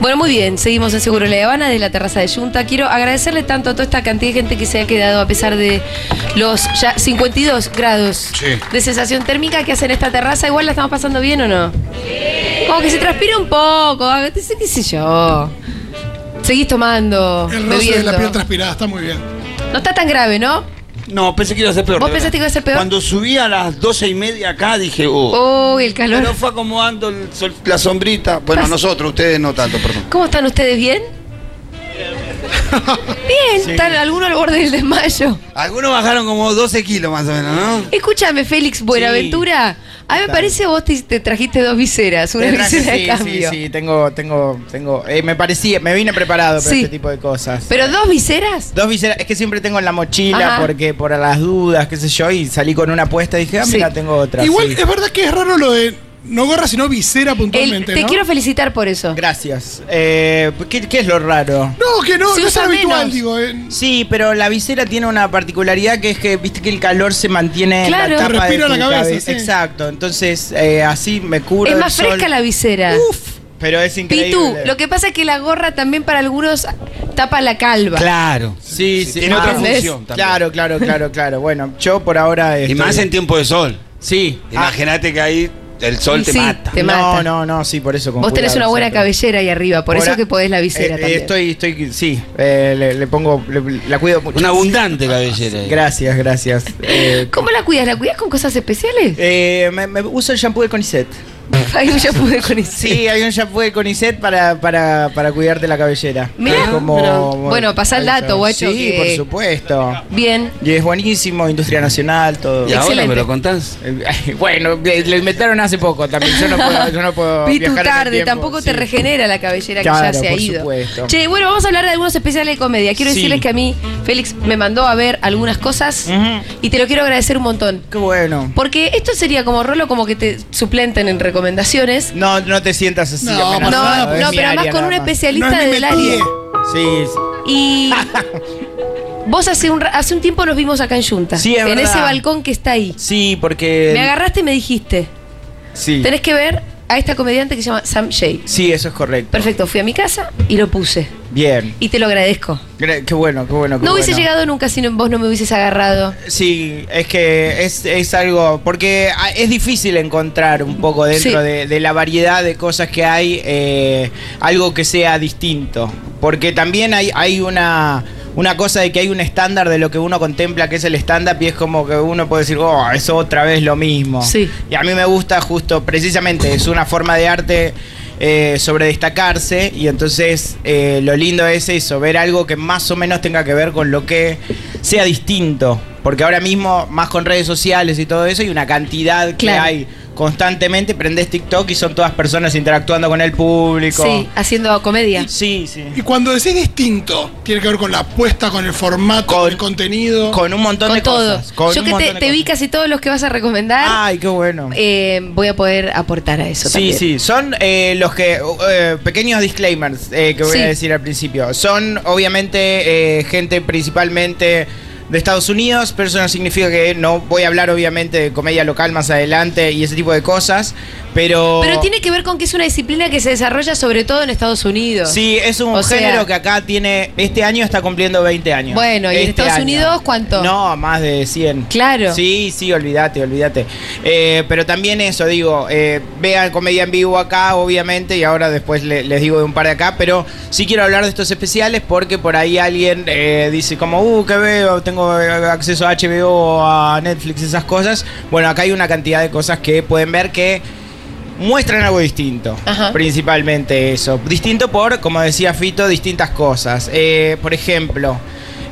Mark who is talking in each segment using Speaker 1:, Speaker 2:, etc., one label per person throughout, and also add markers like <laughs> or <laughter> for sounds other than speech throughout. Speaker 1: Bueno, muy bien, seguimos en Seguro La Habana desde la terraza de Junta. Quiero agradecerle tanto a toda esta cantidad de gente que se ha quedado a pesar de los ya 52 grados
Speaker 2: Sí.
Speaker 1: de sensación térmica que hace en esta terraza. Igual la estamos pasando bien o no? Como que se transpira un poco, a ver, qué sé- qué sé yo. Seguís tomando,
Speaker 2: El roce de
Speaker 1: bebiendo.
Speaker 2: la piel transpirada está muy bien.
Speaker 1: No está tan grave, ¿no?
Speaker 3: No, pensé que iba a ser peor.
Speaker 1: ¿Vos
Speaker 3: de
Speaker 1: pensaste
Speaker 3: verdad.
Speaker 1: que iba a ser peor?
Speaker 3: Cuando subí a las doce y media acá dije, oh.
Speaker 1: Uy, el calor.
Speaker 3: Pero fue acomodando el sol- la sombrita. Bueno,
Speaker 1: Pas-
Speaker 3: nosotros, ustedes no tanto, perdón.
Speaker 1: ¿Cómo están ustedes?
Speaker 2: <laughs>
Speaker 1: ¿Bien? Bien, están algunos al borde del desmayo.
Speaker 3: Algunos bajaron como 12 kilos más o menos, ¿no?
Speaker 1: Escúchame, Félix Buenaventura. A mí me parece vos te, te trajiste dos viseras, una
Speaker 4: Te traje-
Speaker 1: visera de
Speaker 4: sí,
Speaker 1: cambio.
Speaker 4: Sí, sí, tengo, tengo, tengo. eh, me parecía, me vine preparado para
Speaker 1: Sí.
Speaker 4: este tipo de cosas.
Speaker 1: ¿Pero dos viseras?
Speaker 4: Dos viseras, es que siempre tengo en la mochila
Speaker 1: Ajá.
Speaker 4: porque por las dudas, qué sé yo, y salí con una puesta y dije, ah,
Speaker 1: Sí.
Speaker 4: mira, tengo otra.
Speaker 2: Igual
Speaker 4: sí.
Speaker 2: es verdad que es raro lo de no gorra sino visera
Speaker 1: El-
Speaker 2: puntualmente,
Speaker 1: te
Speaker 2: ¿no?
Speaker 1: quiero felicitar por eso.
Speaker 4: Gracias. Eh, ¿qué, qué es lo raro?
Speaker 2: No, que no,
Speaker 1: Se
Speaker 2: no es
Speaker 1: usa
Speaker 2: habitual,
Speaker 1: menos.
Speaker 2: digo. eh, en-
Speaker 4: Sí, pero la visera tiene una particularidad que es que viste que el calor se mantiene
Speaker 1: Claro.
Speaker 4: en la
Speaker 2: Te
Speaker 4: tapa de
Speaker 2: respira
Speaker 4: tu
Speaker 2: la cabeza, sí.
Speaker 4: Exacto, entonces eh, así me cubro
Speaker 1: Es
Speaker 4: del
Speaker 1: más fresca
Speaker 4: sol.
Speaker 1: la visera.
Speaker 4: Uf, pero es increíble.
Speaker 1: Pitu, lo que pasa es que la gorra también para algunos tapa la calva.
Speaker 3: Claro.
Speaker 4: Sí, sí.
Speaker 3: Tiene otra
Speaker 4: Ah,
Speaker 1: ¿ves?
Speaker 3: función también.
Speaker 4: Claro, claro, claro, claro. Bueno, yo por ahora.
Speaker 3: Y
Speaker 4: estoy-
Speaker 3: más en tiempo de sol.
Speaker 4: Sí.
Speaker 3: Ah. Imagínate que ahí el sol
Speaker 1: Y
Speaker 3: te
Speaker 1: sí,
Speaker 3: mata.
Speaker 1: Ah, te mata.
Speaker 4: No, no, no, sí, por eso. con
Speaker 1: Vos tenés
Speaker 4: cuidado,
Speaker 1: una buena
Speaker 4: exacto.
Speaker 1: cabellera ahí arriba, por eso
Speaker 4: Ahora,
Speaker 1: que podés la visera
Speaker 4: eh, eh,
Speaker 1: también.
Speaker 4: Estoy, estoy, sí, eh, le, le pongo, le- la cuido mucho.
Speaker 3: Una abundante cabellera. ahí.
Speaker 4: Gracias, gracias. Eh,
Speaker 1: ¿Cómo la cuidas? ¿La cuidas con cosas especiales? <laughs>
Speaker 4: eh, me, me uso el shampoo de Conicet.
Speaker 1: Ahí yo ya pude con eso.
Speaker 4: Sí, hay un shampoo de Conicet para, para, para cuidarte la cabellera.
Speaker 1: Mirá.
Speaker 4: Es como-
Speaker 1: Mirá. Bueno, pasá el dato, guacho,
Speaker 4: Sí,
Speaker 1: que-
Speaker 4: por supuesto.
Speaker 1: Bien.
Speaker 4: Y es buenísimo, industria nacional, todo.
Speaker 3: Y ahora
Speaker 1: Excelente.
Speaker 3: me lo contás.
Speaker 4: Eh, <laughs> Bueno, le, le inventaron hace poco también. Yo no puedo, yo no puedo
Speaker 1: Pitu
Speaker 4: viajar en el
Speaker 1: tarde,
Speaker 4: tiempo,
Speaker 1: tampoco te
Speaker 4: sí.
Speaker 1: regenera la cabellera que ya
Speaker 4: Claro,
Speaker 1: se ha
Speaker 4: por
Speaker 1: ido.
Speaker 4: supuesto.
Speaker 1: Che, bueno, vamos a hablar de algunos especiales de comedia. Quiero
Speaker 4: Sí.
Speaker 1: decirles que a mí Félix me mandó a ver algunas cosas
Speaker 4: Ujú.
Speaker 1: y te lo quiero agradecer un montón.
Speaker 4: Qué bueno.
Speaker 1: Porque esto sería como rolo, como que te suplenten en recomendaciones.
Speaker 4: No, no te sientas así.
Speaker 2: No,
Speaker 1: No,
Speaker 2: para
Speaker 4: amenazado,
Speaker 1: no,
Speaker 4: es mi
Speaker 1: pero además
Speaker 4: área
Speaker 1: con
Speaker 4: nada
Speaker 1: un
Speaker 4: más.
Speaker 1: especialista
Speaker 2: No es mi
Speaker 1: del
Speaker 2: métier.
Speaker 1: área.
Speaker 4: Sí, sí. <laughs>
Speaker 1: Y vos hace un, ra- hace un tiempo nos vimos acá en Junta.
Speaker 4: Sí, es
Speaker 1: en
Speaker 4: verdad.
Speaker 1: ese balcón que está ahí.
Speaker 4: Sí, porque.
Speaker 1: Me agarraste y me dijiste,
Speaker 4: Sí.
Speaker 1: tenés que ver a esta comediante que se llama Sam Shea.
Speaker 4: Sí, eso es correcto.
Speaker 1: Perfecto, fui a mi casa y lo puse.
Speaker 4: Bien.
Speaker 1: Y te lo agradezco.
Speaker 4: Gra- Qué bueno, qué Ah, bueno. qué
Speaker 1: No hubiese
Speaker 4: bueno.
Speaker 1: llegado nunca si no- vos no me hubieses agarrado.
Speaker 4: Sí, es que es, es algo. Porque ah, es difícil encontrar un poco dentro
Speaker 1: Sí.
Speaker 4: de, de la variedad de cosas que hay eh, algo que sea distinto. Porque también hay, hay una. Una cosa de que hay un estándar de lo que uno contempla que es el stand-up y es como que uno puede decir, oh, es otra vez lo mismo.
Speaker 1: Sí.
Speaker 4: Y a mí me gusta justo, precisamente, es una forma de arte eh, sobre destacarse y entonces eh, lo lindo es eso, ver algo que más o menos tenga que ver con lo que sea distinto. Porque ahora mismo, más con redes sociales y todo eso, hay una cantidad que
Speaker 1: Claro.
Speaker 4: hay constantemente. Prendés TikTok y son todas personas interactuando con el público.
Speaker 1: Sí, haciendo comedia.
Speaker 4: sí. sí.
Speaker 2: Y cuando decís distinto, tiene que ver con la puesta, con el formato, con
Speaker 4: Con-
Speaker 2: el contenido.
Speaker 4: Con un montón
Speaker 1: Con
Speaker 4: de
Speaker 1: todo.
Speaker 4: cosas. con
Speaker 1: Yo
Speaker 4: un
Speaker 1: que te,
Speaker 4: montón de
Speaker 1: te vi
Speaker 4: cosas.
Speaker 1: casi todos los que vas a recomendar,
Speaker 4: Ay, qué bueno.
Speaker 1: eh, voy a poder aportar a eso.
Speaker 4: Sí,
Speaker 1: también.
Speaker 4: sí, son eh, los que, eh, pequeños disclaimers eh, que voy
Speaker 1: Sí.
Speaker 4: a decir al principio. Son obviamente eh, gente principalmente de Estados Unidos, pero eso no significa que no voy a hablar obviamente de comedia local más adelante y ese tipo de cosas, pero...
Speaker 1: Pero tiene que ver con que es una disciplina que se desarrolla sobre todo en Estados Unidos. Ah,
Speaker 4: Sí, es un
Speaker 1: O sea-
Speaker 4: género que acá tiene, este año está cumpliendo 20 años.
Speaker 1: Bueno, ¿y en
Speaker 4: Este
Speaker 1: Estados Unidos cuánto?
Speaker 4: No, más de 100.
Speaker 1: Claro.
Speaker 4: Sí, sí, olvídate, olvídate. Eh, pero también eso, digo, eh, vean comedia en vivo acá, obviamente, y ahora después le- les digo de un par de acá, pero sí quiero hablar de estos especiales porque por ahí alguien eh, dice como, uh, ¿qué veo? Tengo eh, acceso a HBO, a Netflix, esas cosas. Bueno, acá hay una cantidad de cosas que pueden ver que muestran algo distinto.
Speaker 1: Ajá.
Speaker 4: Principalmente eso. Distinto por, como decía Fito, distintas cosas. Eh, por ejemplo,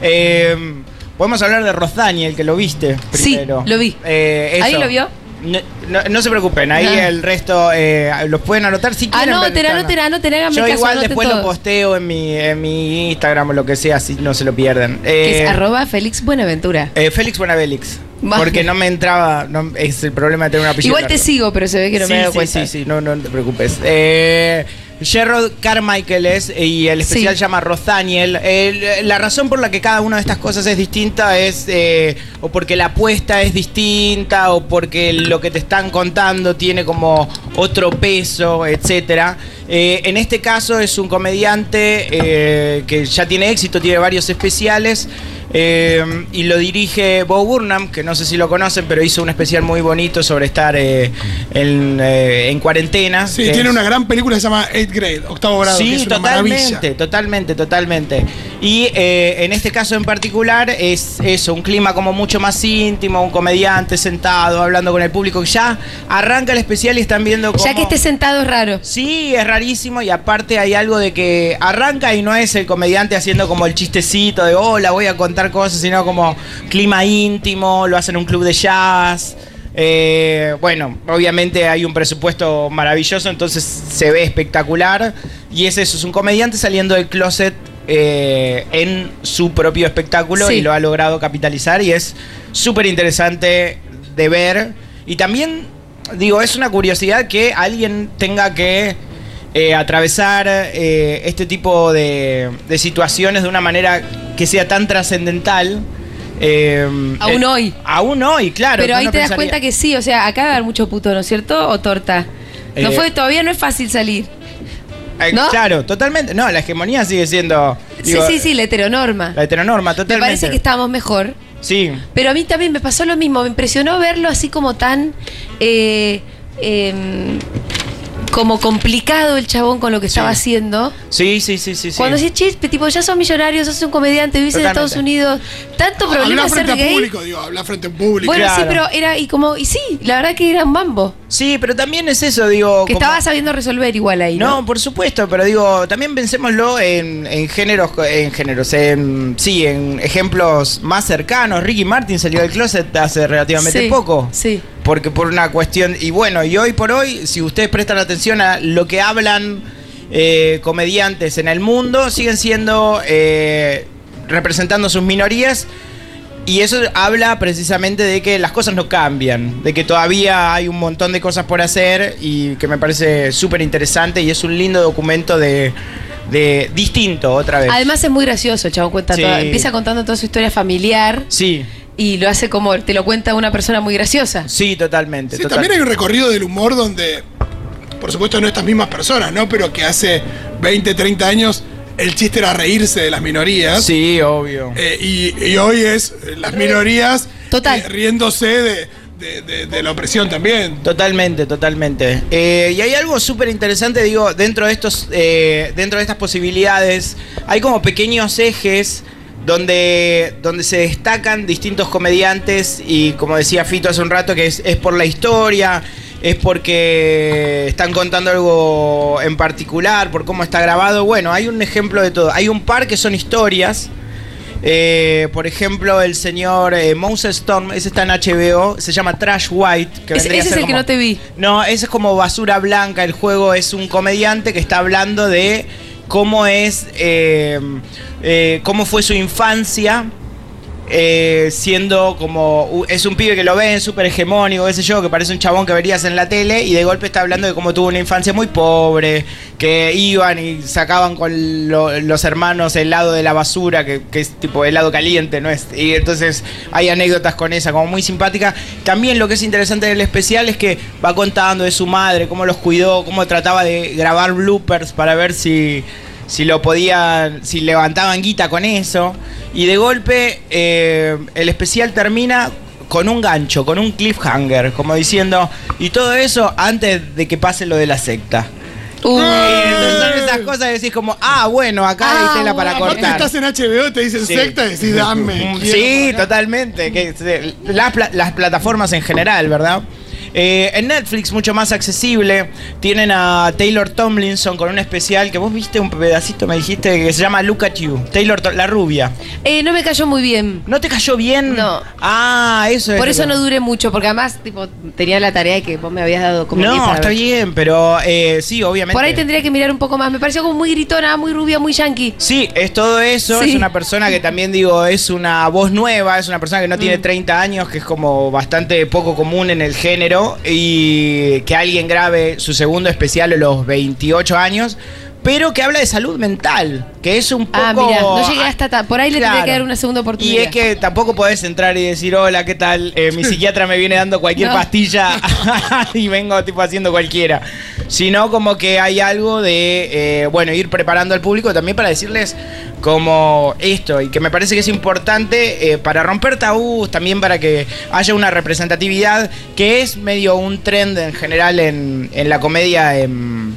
Speaker 4: eh, podemos hablar de Ross Daniel, que lo viste
Speaker 1: Sí,
Speaker 4: primero.
Speaker 1: lo vi.
Speaker 4: Eh, eso.
Speaker 1: ¿Ahí lo vio?
Speaker 4: No, no- no se preocupen, ahí
Speaker 1: Ah.
Speaker 4: el resto eh, los pueden anotar si quieren.
Speaker 1: Anoten,
Speaker 4: pero-
Speaker 1: anoten, anoten, háganme
Speaker 4: Yo
Speaker 1: caso,
Speaker 4: igual
Speaker 1: anoten
Speaker 4: después lo
Speaker 1: todo.
Speaker 4: posteo en mi, en mi Instagram o lo que sea, así no se lo pierden.
Speaker 1: Que
Speaker 4: Eh,
Speaker 1: es arroba Félix Buenaventura.
Speaker 4: eh, Félix Bonavélix.
Speaker 1: Vale.
Speaker 4: Porque no me entraba, no- es el problema de tener una
Speaker 1: Igual te
Speaker 4: larga.
Speaker 1: sigo, pero se ve que no
Speaker 4: sí,
Speaker 1: me he dado
Speaker 4: sí,
Speaker 1: cuenta.
Speaker 4: sí, sí, no, no te preocupes. Eh, Gerard Carmichael es, y el especial
Speaker 1: Sí.
Speaker 4: llama Rothaniel. El- la razón por la que cada una de estas cosas es distinta es eh, o porque la apuesta es distinta o porque lo que te están contando tiene como otro peso, etcétera. Eh, en este caso es un comediante eh, que ya tiene éxito, tiene varios especiales. eh, y lo dirige Bo Burnham, que no sé si lo conocen, pero hizo un especial muy bonito sobre estar eh, en, eh, en cuarentena.
Speaker 2: Sí,
Speaker 4: que
Speaker 2: tiene
Speaker 4: es-
Speaker 2: una gran película que se llama Eighth Grade, octavo grado. que es
Speaker 4: Sí,
Speaker 2: una maravilla.
Speaker 4: totalmente, totalmente, totalmente. Y eh, en este caso en particular es eso, un clima como mucho más íntimo, un comediante sentado, hablando con el público. Ya arranca el especial y están viendo cómo...
Speaker 1: Ya que este esté sentado es raro.
Speaker 4: Sí, es rarísimo y aparte hay algo de que arranca y no es el comediante haciendo como el chistecito de hola, voy a contar cosas, sino como clima íntimo, lo hacen en un club de jazz. Eh, bueno, obviamente hay un presupuesto maravilloso, entonces se ve espectacular. Y es eso, es un comediante saliendo del closet eh, en su propio espectáculo
Speaker 1: Sí.
Speaker 4: y lo ha logrado capitalizar y es súper interesante de ver. Y también, digo, es una curiosidad que alguien tenga que eh, atravesar eh, este tipo de, de situaciones de una manera que sea tan trascendental. eh,
Speaker 1: Aún
Speaker 4: eh,
Speaker 1: hoy.
Speaker 4: Aún hoy, claro.
Speaker 1: pero ahí
Speaker 4: uno
Speaker 1: te das
Speaker 4: pensaría-
Speaker 1: cuenta que sí, o sea, acá va a haber mucho puto, ¿no es cierto? O torta. No
Speaker 4: Eh,
Speaker 1: fue, todavía no es fácil salir.
Speaker 4: Eh,
Speaker 1: ¿no?
Speaker 4: Claro, totalmente. No, la hegemonía sigue siendo. digo,
Speaker 1: sí, sí, sí, la heteronorma.
Speaker 4: La heteronorma,
Speaker 1: Me
Speaker 4: totalmente.
Speaker 1: parece que estábamos mejor.
Speaker 4: Sí.
Speaker 1: Pero a mí también me pasó lo mismo. Me impresionó verlo así como tan. eh, eh, como complicado el chabón con lo que estaba haciendo.
Speaker 4: Sí, sí, sí, sí. sí.
Speaker 1: Cuando decís, che, este tipo, ya sos millonario, sos un comediante, vivís en
Speaker 4: Totalmente. Ah,
Speaker 1: Estados Unidos. Tanto problema
Speaker 2: Habla
Speaker 1: ser
Speaker 2: frente a
Speaker 1: gay.
Speaker 2: público, digo, habla frente a un público.
Speaker 1: Bueno, sí,
Speaker 4: Claro.
Speaker 1: pero era. Y como. Y sí, la verdad que era un mambo.
Speaker 4: Sí, pero también es eso, digo.
Speaker 1: Que
Speaker 4: como-
Speaker 1: estaba sabiendo resolver igual ahí.
Speaker 4: No,
Speaker 1: No,
Speaker 4: por supuesto, pero digo, también pensémoslo en, en géneros, en géneros, en, sí, en ejemplos más cercanos. Ricky Martin salió del closet hace relativamente
Speaker 1: Sí,
Speaker 4: poco.
Speaker 1: sí.
Speaker 4: Porque por una cuestión, y bueno, y hoy por hoy, si ustedes prestan atención a lo que hablan eh, comediantes en el mundo, siguen siendo, eh, representando sus minorías. Y eso habla precisamente de que las cosas no cambian, de que todavía hay un montón de cosas por hacer y que me parece súper interesante y es un lindo documento de, de distinto otra vez.
Speaker 1: Además es muy gracioso, el chabón cuenta
Speaker 4: Sí.
Speaker 1: toda- empieza contando toda su historia familiar
Speaker 4: sí,
Speaker 1: y lo hace como te lo cuenta una persona muy graciosa.
Speaker 4: sí, totalmente.
Speaker 2: Sí,
Speaker 4: total-
Speaker 2: también hay un recorrido del humor donde, por supuesto, no estas mismas personas, ¿no? Pero que hace 20, 30 años el chiste era reírse de las minorías.
Speaker 4: Sí, obvio.
Speaker 2: Eh, y, y hoy es eh, las minorías
Speaker 1: Total.
Speaker 2: eh, riéndose de, de- de- de la opresión también.
Speaker 4: Totalmente, totalmente. Eh, y hay algo súper interesante, digo, dentro de estos, eh, dentro de estas posibilidades, hay como pequeños ejes donde, donde se destacan distintos comediantes y como decía Fito hace un rato, que es, es por la historia, es porque están contando algo en particular, por cómo está grabado. Bueno, hay un ejemplo de todo. Hay un par que son historias. Eh, por ejemplo, el señor eh, Moses Storm, ese está en HBO, se llama Trash White. que
Speaker 1: Ese-
Speaker 4: vendría a
Speaker 1: ese es
Speaker 4: ser
Speaker 1: el que no te vi.
Speaker 4: No, ese es como Basura Blanca, el juego es un comediante que está hablando de cómo es, eh, eh, cómo fue su infancia. eh, siendo como u- es un pibe que lo ven súper hegemónico, qué sé yo, que parece un chabón que verías en la tele y de golpe está hablando de cómo tuvo una infancia muy pobre, que iban y sacaban con lo- los hermanos helado de la basura, que, que es tipo helado caliente, ¿no es? Y entonces hay anécdotas con esa, como muy simpática. También lo que es interesante del especial es que va contando de su madre, cómo los cuidó, cómo trataba de grabar bloopers para ver si si lo podían, si levantaban guita con eso. Y de golpe eh, el especial termina con un gancho, con un cliffhanger, como diciendo, y todo eso antes de que pase lo de la secta.
Speaker 1: Uh,
Speaker 4: Entonces son esas cosas que decís como, ah, bueno, acá
Speaker 1: Ah,
Speaker 4: hay tela para
Speaker 1: bueno.
Speaker 2: Aparte
Speaker 4: cortar.
Speaker 2: estás en HBO, te dicen
Speaker 4: Sí.
Speaker 2: secta y decís dame.
Speaker 4: Mm, <laughs>
Speaker 2: quiero".
Speaker 4: Sí, totalmente. que se- las, pla- las plataformas en general, ¿verdad? Eh, en Netflix, mucho más accesible, tienen a Taylor Tomlinson con un especial que vos viste un pedacito, me dijiste, que se llama Look at You. Taylor, Tom- la rubia.
Speaker 1: Eh, no me cayó muy bien.
Speaker 4: ¿No te cayó bien?
Speaker 1: No.
Speaker 4: Ah, eso es.
Speaker 1: Por
Speaker 4: lo
Speaker 1: eso
Speaker 4: que-
Speaker 1: no duré mucho, porque además tipo, tenía la tarea de que vos me habías dado como 10
Speaker 4: No,
Speaker 1: para
Speaker 4: está
Speaker 1: ver.
Speaker 4: bien, pero eh, sí, obviamente.
Speaker 1: Por ahí tendría que mirar un poco más. Me pareció como muy gritona, muy rubia, muy yankee.
Speaker 4: Sí, es todo eso.
Speaker 1: Sí.
Speaker 4: Es una persona que también digo, es una voz nueva, es una persona que no tiene
Speaker 1: Mm.
Speaker 4: 30 años, que es como bastante poco común en el género. Y que alguien grabe su segundo especial a los 28 años, pero que habla de salud mental, que es un poco.
Speaker 1: Ah, mira, no llegué hasta ta- por ahí le tendría que dar una segunda oportunidad.
Speaker 4: Y es que tampoco podés entrar y decir, hola, ¿qué tal? Eh,
Speaker 1: <laughs>
Speaker 4: mi psiquiatra me viene dando cualquier
Speaker 1: No.
Speaker 4: pastilla <laughs> y vengo tipo haciendo cualquiera. Sino como que hay algo de, eh, bueno, ir preparando al público también para decirles como esto, y que me parece que es importante eh, para romper tabús, también para que haya una representatividad, que es medio un trend en general en, en la comedia. en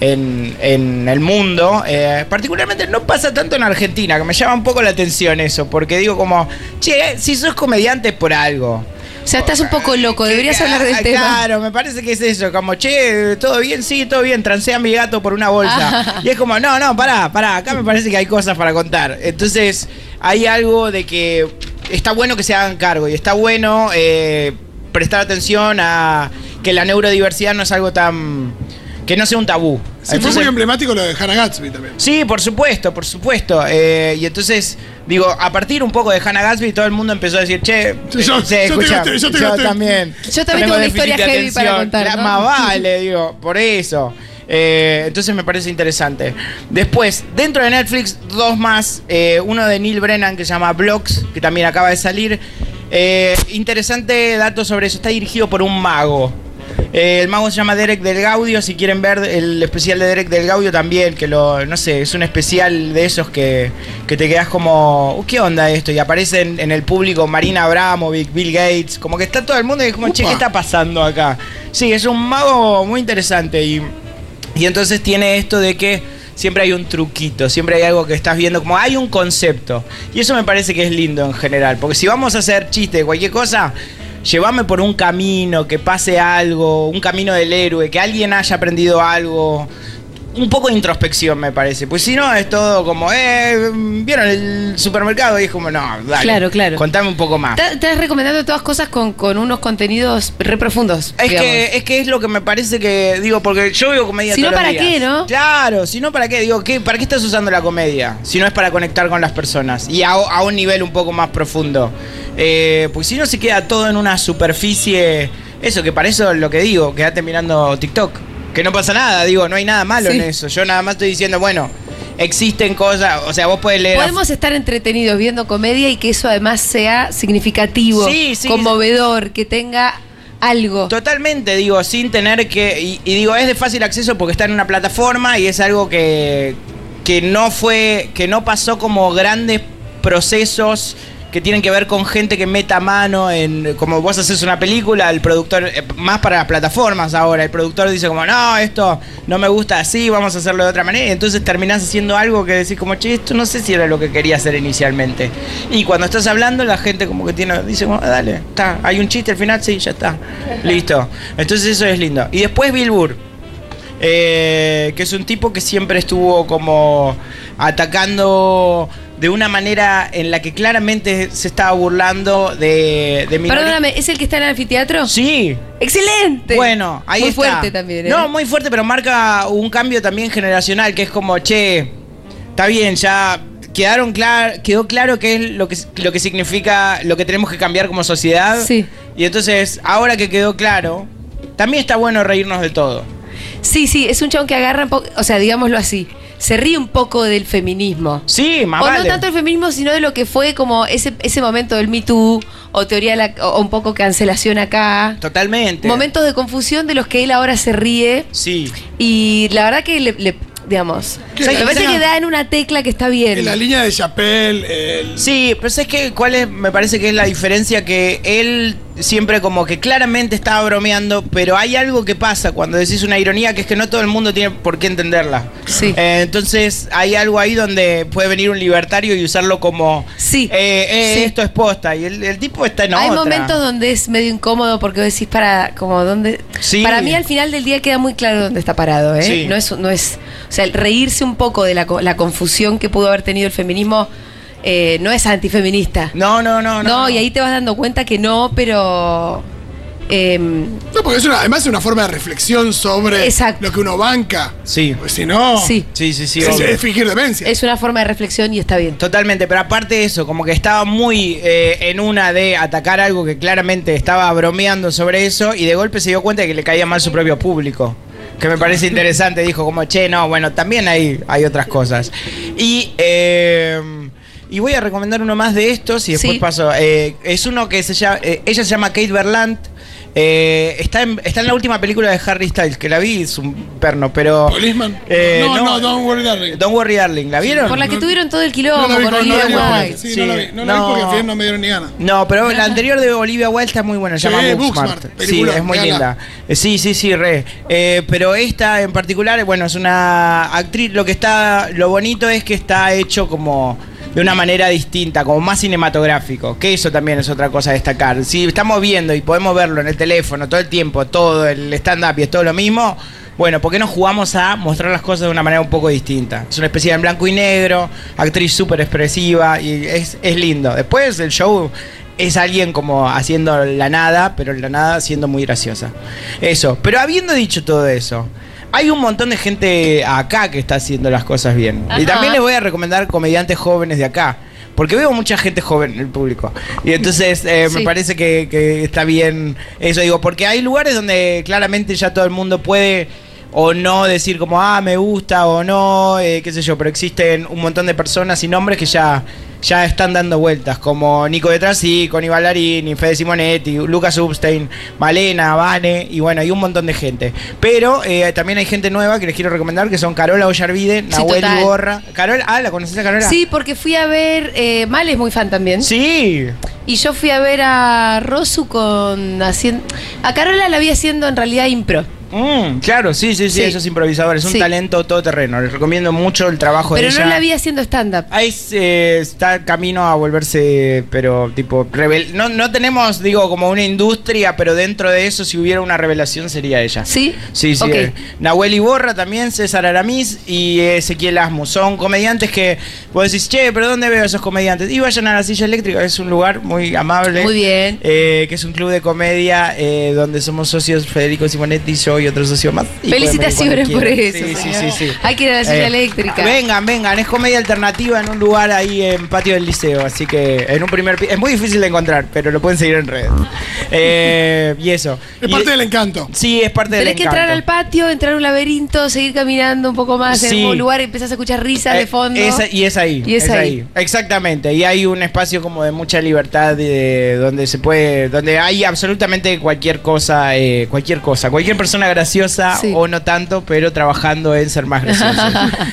Speaker 4: en, en el mundo. eh, particularmente no pasa tanto en Argentina, que me llama un poco la atención eso, porque digo como, che, si sos comediante es por algo.
Speaker 1: O sea, estás un poco loco, deberías
Speaker 4: Ah,
Speaker 1: hablar del tema.
Speaker 4: <laughs> Claro, me parece que es eso, como, che, todo bien, sí, todo bien, transé a mi gato por una bolsa.
Speaker 1: Ah.
Speaker 4: Y es como, no, no, pará, pará, acá me parece que hay cosas para contar. Entonces, hay algo de que está bueno que se hagan cargo y está bueno eh, prestar atención a que la neurodiversidad no es algo tan... que no sea un tabú.
Speaker 2: Sí, fue
Speaker 4: Entonces-
Speaker 2: muy emblemático lo de Hannah Gatsby también.
Speaker 4: Sí, por supuesto, por supuesto. Eh, y entonces, digo, a partir un poco de Hannah Gatsby, todo el mundo empezó a decir, che, eh,
Speaker 2: Yo- yo
Speaker 4: sí,
Speaker 2: te
Speaker 4: escuchá,
Speaker 2: gasté, yo te gasté.
Speaker 4: también.
Speaker 1: Yo también tengo una
Speaker 4: déficit
Speaker 1: historia
Speaker 4: de
Speaker 1: heavy para
Speaker 4: atención".
Speaker 1: contar,
Speaker 4: La-
Speaker 1: ¿no?
Speaker 4: Más vale, digo, por eso. Eh, entonces me parece interesante. Después, dentro de Netflix, dos más. Eh, uno de Neil Brennan que se llama Blocks, que también acaba de salir. Eh, interesante dato sobre eso. Está dirigido por un mago. Eh, el mago se llama Derek del Gaudio. Si quieren ver el especial de Derek del Gaudio también, que lo, no sé, es un especial de esos que, que te quedas como, "Uh, ¿qué onda esto? Y aparecen en el público Marina Abramovic, Bill Gates, como que está todo el mundo y es como, che, ¿qué
Speaker 2: Upa.
Speaker 4: está pasando acá? Sí, es un mago muy interesante y, y entonces tiene esto de que siempre hay un truquito, siempre hay algo que estás viendo, como hay un concepto. Y eso me parece que es lindo en general, porque si vamos a hacer chiste de cualquier cosa, llévame por un camino, que pase algo, un camino del héroe, que alguien haya aprendido algo. Un poco de introspección, me parece. Pues si no, es todo como, eh, vieron el supermercado y es como, no, dale.
Speaker 1: Claro, claro.
Speaker 4: Contame un poco más.
Speaker 1: Estás estás recomendando todas cosas con, con unos contenidos re profundos.
Speaker 4: Es
Speaker 1: digamos.
Speaker 4: que, es que es lo que me parece que, digo, porque yo veo comedia
Speaker 1: Si
Speaker 4: todos
Speaker 1: no,
Speaker 4: los
Speaker 1: ¿para
Speaker 4: días.
Speaker 1: qué, no?
Speaker 4: Claro, si no, ¿para qué? Digo, ¿qué, ¿para qué estás usando la comedia? Si no es para conectar con las personas y a, a un nivel un poco más profundo. Eh, pues si no se queda todo en una superficie, eso, que para eso es lo que digo, quédate mirando TikTok. Que no pasa nada, digo, no hay nada malo
Speaker 1: Sí.
Speaker 4: en eso. Yo nada más estoy diciendo, bueno, existen cosas, o sea, vos podés leer... a-
Speaker 1: Podemos estar entretenidos viendo comedia y que eso además sea significativo,
Speaker 4: Sí, sí.
Speaker 1: conmovedor, que tenga algo.
Speaker 4: Totalmente, digo, sin tener que. Y, y digo, es de fácil acceso porque está en una plataforma y es algo que, que no fue. que no pasó como grandes procesos que tienen que ver con gente que meta mano en. como vos haces una película, el productor. eh, más para las plataformas ahora, el productor dice como, no, esto no me gusta así, vamos a hacerlo de otra manera. Y entonces terminás haciendo algo que decís como, che, esto no sé si era lo que quería hacer inicialmente. Y cuando estás hablando, la gente como que tiene, dice, como, "Ah, dale, está, hay un chiste al final, sí, ya está. Listo. Entonces eso es lindo. Y después Bill Burr. eh, que es un tipo que siempre estuvo como atacando de una manera en la que claramente se estaba burlando de, de minori-
Speaker 1: Perdóname, ¿es el que está en el anfiteatro?
Speaker 4: Sí,
Speaker 1: ¡Excelente!
Speaker 4: bueno, ahí
Speaker 1: Muy
Speaker 4: está.
Speaker 1: fuerte también. ¿eh?
Speaker 4: No, muy fuerte, pero marca un cambio también generacional, que es como, che, está bien, ya quedaron clar- quedó claro qué es lo que, lo que significa, lo que tenemos que cambiar como sociedad.
Speaker 1: Sí.
Speaker 4: Y entonces, ahora que quedó claro, también está bueno reírnos de todo.
Speaker 1: Sí, sí, es un chabón que agarra, un po- o sea, digámoslo así, se ríe un poco del feminismo.
Speaker 4: Sí, más
Speaker 1: o
Speaker 4: vale.
Speaker 1: no tanto el feminismo, sino de lo que fue como ese, ese momento del Me Too, o teoría de la- o un poco cancelación acá.
Speaker 4: Totalmente.
Speaker 1: Momentos de confusión de los que él ahora se ríe.
Speaker 4: Sí.
Speaker 1: Y la verdad que le, le- digamos,
Speaker 2: ¿Qué?
Speaker 1: me parece
Speaker 4: Quizá-
Speaker 1: que da en una tecla que está bien.
Speaker 2: En la línea de Chappelle, el-
Speaker 4: Sí, pero es que cuál es, me parece que es la diferencia que él siempre como que claramente estaba bromeando, pero hay algo que pasa cuando decís una ironía que es que no todo el mundo tiene por qué entenderla.
Speaker 1: Sí.
Speaker 4: Eh, entonces hay algo ahí donde puede venir un libertario y usarlo como
Speaker 1: Sí.
Speaker 4: eh, eh,
Speaker 1: Sí.
Speaker 4: esto es posta y el, el tipo está en
Speaker 1: Hay
Speaker 4: otra.
Speaker 1: momentos donde es medio incómodo porque vos decís para como dónde
Speaker 4: Sí.
Speaker 1: para mí al final del día queda muy claro dónde está parado, ¿eh?
Speaker 4: Sí.
Speaker 1: No es no es o sea, el reírse un poco de la, co- la confusión que pudo haber tenido el feminismo eh, no es antifeminista.
Speaker 4: No, no, no, no.
Speaker 1: No, y ahí te vas dando cuenta que no, pero em,
Speaker 2: No, porque es una, además es una forma de reflexión sobre
Speaker 1: Exacto.
Speaker 2: lo que uno banca.
Speaker 4: Sí.
Speaker 2: Pues si no,
Speaker 1: sí,
Speaker 4: Sí, sí, sí.
Speaker 2: es,
Speaker 4: obvio.
Speaker 2: es fingir demencia.
Speaker 1: es una forma de reflexión y está bien.
Speaker 4: Totalmente, pero aparte de eso, como que estaba muy eh, en una de atacar algo que claramente estaba bromeando sobre eso y de golpe se dio cuenta de que le caía mal su propio público. Que me parece interesante, dijo como, che, no, bueno, también hay, hay otras cosas. Y, eh, y voy a recomendar uno más de estos y después
Speaker 1: Sí.
Speaker 4: paso. Eh, es uno que se llama, eh, ella se llama Kate Berlant. Eh, está, en, está en la última película de Harry Styles, que la vi, es un perno, pero...
Speaker 2: Policeman.
Speaker 4: Eh,
Speaker 2: no, no, don't worry, darling.
Speaker 4: Don't Worry Darling, ¿la vieron?
Speaker 1: Por la que tuvieron todo el quilombo
Speaker 2: no la vi,
Speaker 1: con
Speaker 2: no, no
Speaker 1: Olivia
Speaker 2: la vi, no la vi.
Speaker 1: Wilde.
Speaker 2: Sí, no la vi. No la vi
Speaker 4: No.
Speaker 2: porque al final no me dieron ni ganas.
Speaker 4: No, pero la anterior de Olivia Wilde está muy buena, se
Speaker 2: Sí,
Speaker 4: llama
Speaker 2: Booksmart,
Speaker 4: Booksmart. Sí,
Speaker 2: película,
Speaker 4: es muy
Speaker 2: véala.
Speaker 4: linda. Eh, Sí, sí, sí, re. Eh, pero esta en particular, bueno, es una actriz, lo que está, lo bonito es que está hecho como de una manera distinta, como más cinematográfico, que eso también es otra cosa a destacar. Si estamos viendo y podemos verlo en el teléfono todo el tiempo, todo el stand-up y es todo lo mismo, bueno, ¿por qué no jugamos a mostrar las cosas de una manera un poco distinta? Es una especie de en blanco y negro, actriz súper expresiva y es, es lindo. Después el show es alguien como haciendo la nada, pero la nada siendo muy graciosa. Eso, pero habiendo dicho todo eso, hay un montón de gente acá que está haciendo las cosas bien. Y
Speaker 1: Ajá.
Speaker 4: también les voy a recomendar comediantes jóvenes de acá. Porque veo mucha gente joven en el público. Y entonces eh, me
Speaker 1: Sí.
Speaker 4: parece que, que está bien eso. Digo, porque hay lugares donde claramente ya todo el mundo puede o no decir como, ah, me gusta o no, eh, qué sé yo. Pero existen un montón de personas y nombres que ya, ya están dando vueltas. Como Nico de Trasí, Connie Ballarini, Fede Simonetti, Lucas Upstein, Malena, Vane. Y bueno, hay un montón de gente. Pero eh, también hay gente nueva que les quiero recomendar que son Carola Ollarvide, Nahuel
Speaker 1: total.
Speaker 4: Iborra. Carol, ah, ¿la conoces a Carola?
Speaker 1: Sí, porque fui a ver, eh, Mal es muy fan también.
Speaker 4: Sí.
Speaker 1: Y yo fui a ver a Rosu con haciendo. A Carola la vi haciendo en realidad impro.
Speaker 4: Mm, claro, sí, sí, sí,
Speaker 1: Sí.
Speaker 4: esos improvisadores, un
Speaker 1: Sí.
Speaker 4: talento todoterreno. Les recomiendo mucho el trabajo
Speaker 1: Pero
Speaker 4: de
Speaker 1: no
Speaker 4: ella.
Speaker 1: la vi haciendo stand-up.
Speaker 4: Ahí se- está camino a volverse, pero tipo, rebel no, no tenemos, digo, como una industria, pero dentro de eso, si hubiera una revelación, sería ella.
Speaker 1: ¿Sí?
Speaker 4: Sí, sí.
Speaker 1: Ok.
Speaker 4: eh. Nahuel Iborra también, César Aramis y Ezequiel Asmus. Son comediantes que vos decís, che, pero ¿dónde veo a esos comediantes? Y vayan a la silla eléctrica, es un lugar muy amable.
Speaker 1: Muy bien.
Speaker 4: Eh, que es un club de comedia eh, donde somos socios Federico Simonetti, yo y otro socio más. Y
Speaker 1: Felicitaciones
Speaker 4: pueden
Speaker 1: por
Speaker 4: venir
Speaker 1: eso.
Speaker 4: cuando quieran. Sí,
Speaker 1: señor.
Speaker 4: sí, sí, sí.
Speaker 1: Hay que ir a la silla
Speaker 4: Eh,
Speaker 1: eléctrica.
Speaker 4: Vengan, vengan, es comedia alternativa en un lugar ahí en patio del liceo, así que en un primer pi- es muy difícil de encontrar, pero lo pueden seguir en redes. Eh, y eso.
Speaker 2: Es
Speaker 4: Y-
Speaker 2: parte del encanto.
Speaker 4: Sí, es parte del
Speaker 1: Tenés que entrar
Speaker 4: encanto.
Speaker 1: al patio, entrar a un laberinto, seguir caminando un poco más
Speaker 4: Sí.
Speaker 1: en un lugar, empezás a escuchar risas
Speaker 4: Eh,
Speaker 1: de fondo.
Speaker 4: es- y es ahí.
Speaker 1: Y es ahí.
Speaker 4: Exactamente. Y hay un espacio como de mucha libertad y de- donde se puede, donde hay absolutamente cualquier cosa, eh, cualquier cosa, cualquier persona graciosa
Speaker 1: Sí.
Speaker 4: o no tanto, pero trabajando en ser más
Speaker 1: <laughs>
Speaker 4: gracioso.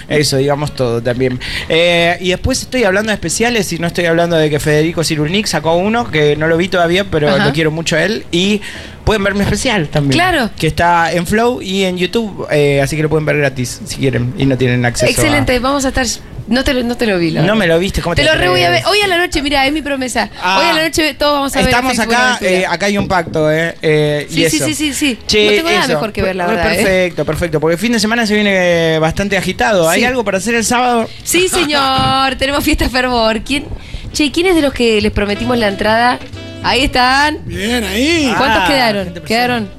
Speaker 4: Eso, digamos todo también. Eh, y después estoy hablando de especiales y no estoy hablando de que Federico Cirulnik sacó uno que no lo vi todavía, pero
Speaker 1: Ajá.
Speaker 4: lo quiero mucho a él y pueden ver mi especial también.
Speaker 1: Claro.
Speaker 4: Que está en Flow y en YouTube, eh, así que lo pueden ver gratis si quieren y no tienen acceso. a-
Speaker 1: Excelente, vamos a estar. No te, lo- no te lo vi, la
Speaker 4: no
Speaker 1: verdad.
Speaker 4: me lo viste, ¿cómo
Speaker 1: Te
Speaker 4: te,
Speaker 1: lo re voy a ver.
Speaker 4: atreves?
Speaker 1: Hoy a la noche, mira, es mi promesa.
Speaker 4: Ah.
Speaker 1: Hoy a la noche todos vamos a ver.
Speaker 4: Estamos
Speaker 1: Efecto
Speaker 4: acá,
Speaker 1: Buenaventura.
Speaker 4: eh, acá hay un pacto, ¿eh? eh, y
Speaker 1: Sí, sí,
Speaker 4: eso.
Speaker 1: sí, sí, sí.
Speaker 4: Che,
Speaker 1: no tengo nada
Speaker 4: eso.
Speaker 1: mejor que ver, la
Speaker 4: Pues
Speaker 1: verdad. eh.
Speaker 4: Perfecto, perfecto, porque el fin de semana se viene eh, bastante agitado. ¿Hay
Speaker 1: Sí.
Speaker 4: algo para hacer el sábado?
Speaker 1: Sí, señor, tenemos fiesta fervor. ¿Quién, che, ¿quién es de los que les prometimos la entrada? Ahí están.
Speaker 2: Bien, ahí.
Speaker 4: Ah.
Speaker 1: ¿Cuántos quedaron?
Speaker 4: gente presente.
Speaker 1: Quedaron.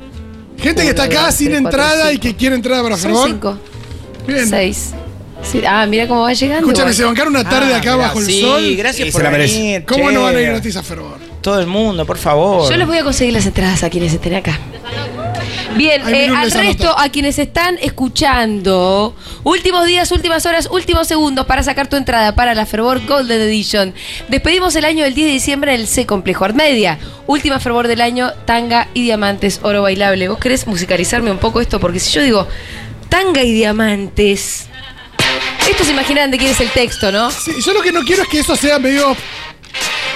Speaker 2: Gente que está
Speaker 1: Uno,
Speaker 2: acá
Speaker 1: dos,
Speaker 2: sin
Speaker 1: tres, cuatro,
Speaker 2: entrada y
Speaker 1: cinco.
Speaker 2: que quiere entrada para
Speaker 1: Son
Speaker 2: favor.
Speaker 1: cinco,
Speaker 2: Bien.
Speaker 1: seis. Sí, Ah, mira cómo va llegando.
Speaker 2: Escúchame,
Speaker 1: igual.
Speaker 2: se bancaron una tarde
Speaker 4: Ah,
Speaker 2: acá
Speaker 4: mirá,
Speaker 2: bajo
Speaker 4: sí,
Speaker 2: el sol.
Speaker 4: gracias
Speaker 3: Sí,
Speaker 4: por
Speaker 3: se la merece.
Speaker 4: venir.
Speaker 2: ¿Cómo
Speaker 4: che.
Speaker 2: no van a ir gratis a Fervor?
Speaker 4: Todo el mundo, por favor.
Speaker 1: Yo les voy a conseguir las entradas a quienes estén acá. Bien,
Speaker 2: Ay,
Speaker 1: eh,
Speaker 2: Milu,
Speaker 1: al
Speaker 2: les anotó.
Speaker 1: resto, a quienes están escuchando, últimos días, últimas horas, últimos segundos para sacar tu entrada para la Fervor Golden Edition. Despedimos el año del 10 de diciembre en el C Complejo Armedia. Última Fervor del año, tanga y diamantes, oro bailable. ¿Vos querés musicalizarme un poco esto? Porque si yo digo tanga y diamantes, esto se imaginan de quién es el texto, ¿no?
Speaker 2: Sí, yo lo que no quiero es que eso sea medio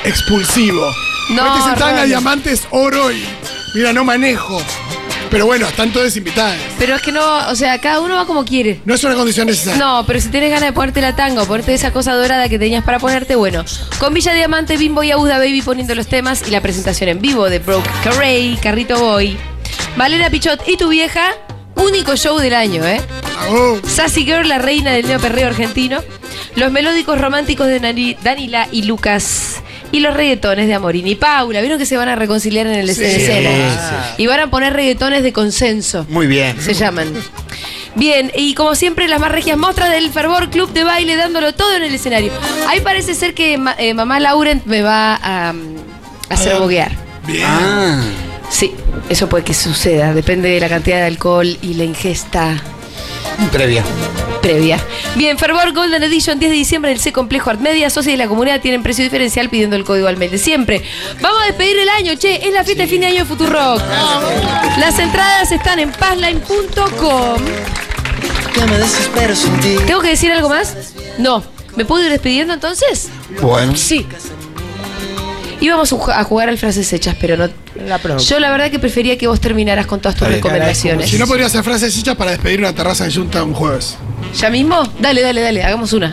Speaker 2: expulsivo.
Speaker 1: No,
Speaker 2: Metes en tanga,
Speaker 1: Ron.
Speaker 2: diamantes, oro y. Mira, no manejo. Pero bueno, están todos invitados.
Speaker 1: Pero es que no, o sea, cada uno va como quiere.
Speaker 2: No es una condición
Speaker 3: <laughs>
Speaker 2: necesaria.
Speaker 1: No, pero si tienes ganas de ponerte la tanga o ponerte esa cosa dorada que tenías para ponerte, bueno. Con Villa Diamante, Bimbo y Auda Baby poniendo los temas y la presentación en vivo de Brooke Carey, Carrito Boy, Valera Pichot y tu vieja, único show del año, ¿eh?
Speaker 2: Oh,
Speaker 1: Sassy Girl, la reina del neoperreo argentino, los melódicos románticos de Nani- Danila y Lucas. Y los reggaetones de Amorini y Paula. Vieron que se van a reconciliar en el
Speaker 2: Sí.
Speaker 1: en escena.
Speaker 3: Sí,
Speaker 1: Y van a poner reggaetones de consenso
Speaker 3: Muy bien.
Speaker 1: se llaman. Bien, y como siempre, las más regias mostras del Fervor Club de Baile dándolo todo en el escenario. Ahí parece ser que ma- eh, mamá Laurent me va a um, hacer boguear.
Speaker 2: bien.
Speaker 3: Ah,
Speaker 1: Sí, eso puede que suceda. Depende de la cantidad de alcohol y la ingesta
Speaker 3: previa.
Speaker 1: previa. Bien, Fervor Golden Edition, 10 de diciembre del C Complejo Art Media. Socios de la comunidad tienen precio diferencial pidiendo el código al mail de siempre. Vamos a despedir el año, che. Es la fiesta de fin de año de Futurock. Las entradas están en pazline.com.
Speaker 5: Ya me desespero sin ti.
Speaker 1: ¿Tengo que decir algo más? No. ¿Me puedo ir despidiendo entonces?
Speaker 3: Bueno.
Speaker 1: Sí. Íbamos a ju- a jugar al frases hechas, pero no.
Speaker 4: La próxima.
Speaker 1: Yo la verdad que prefería que vos terminaras con todas tus
Speaker 3: Está bien.
Speaker 1: recomendaciones.
Speaker 2: Si no podría hacer frases hechas para despedir una terraza de Junta un jueves.
Speaker 1: ¿Ya mismo? Dale, dale, dale, hagamos una.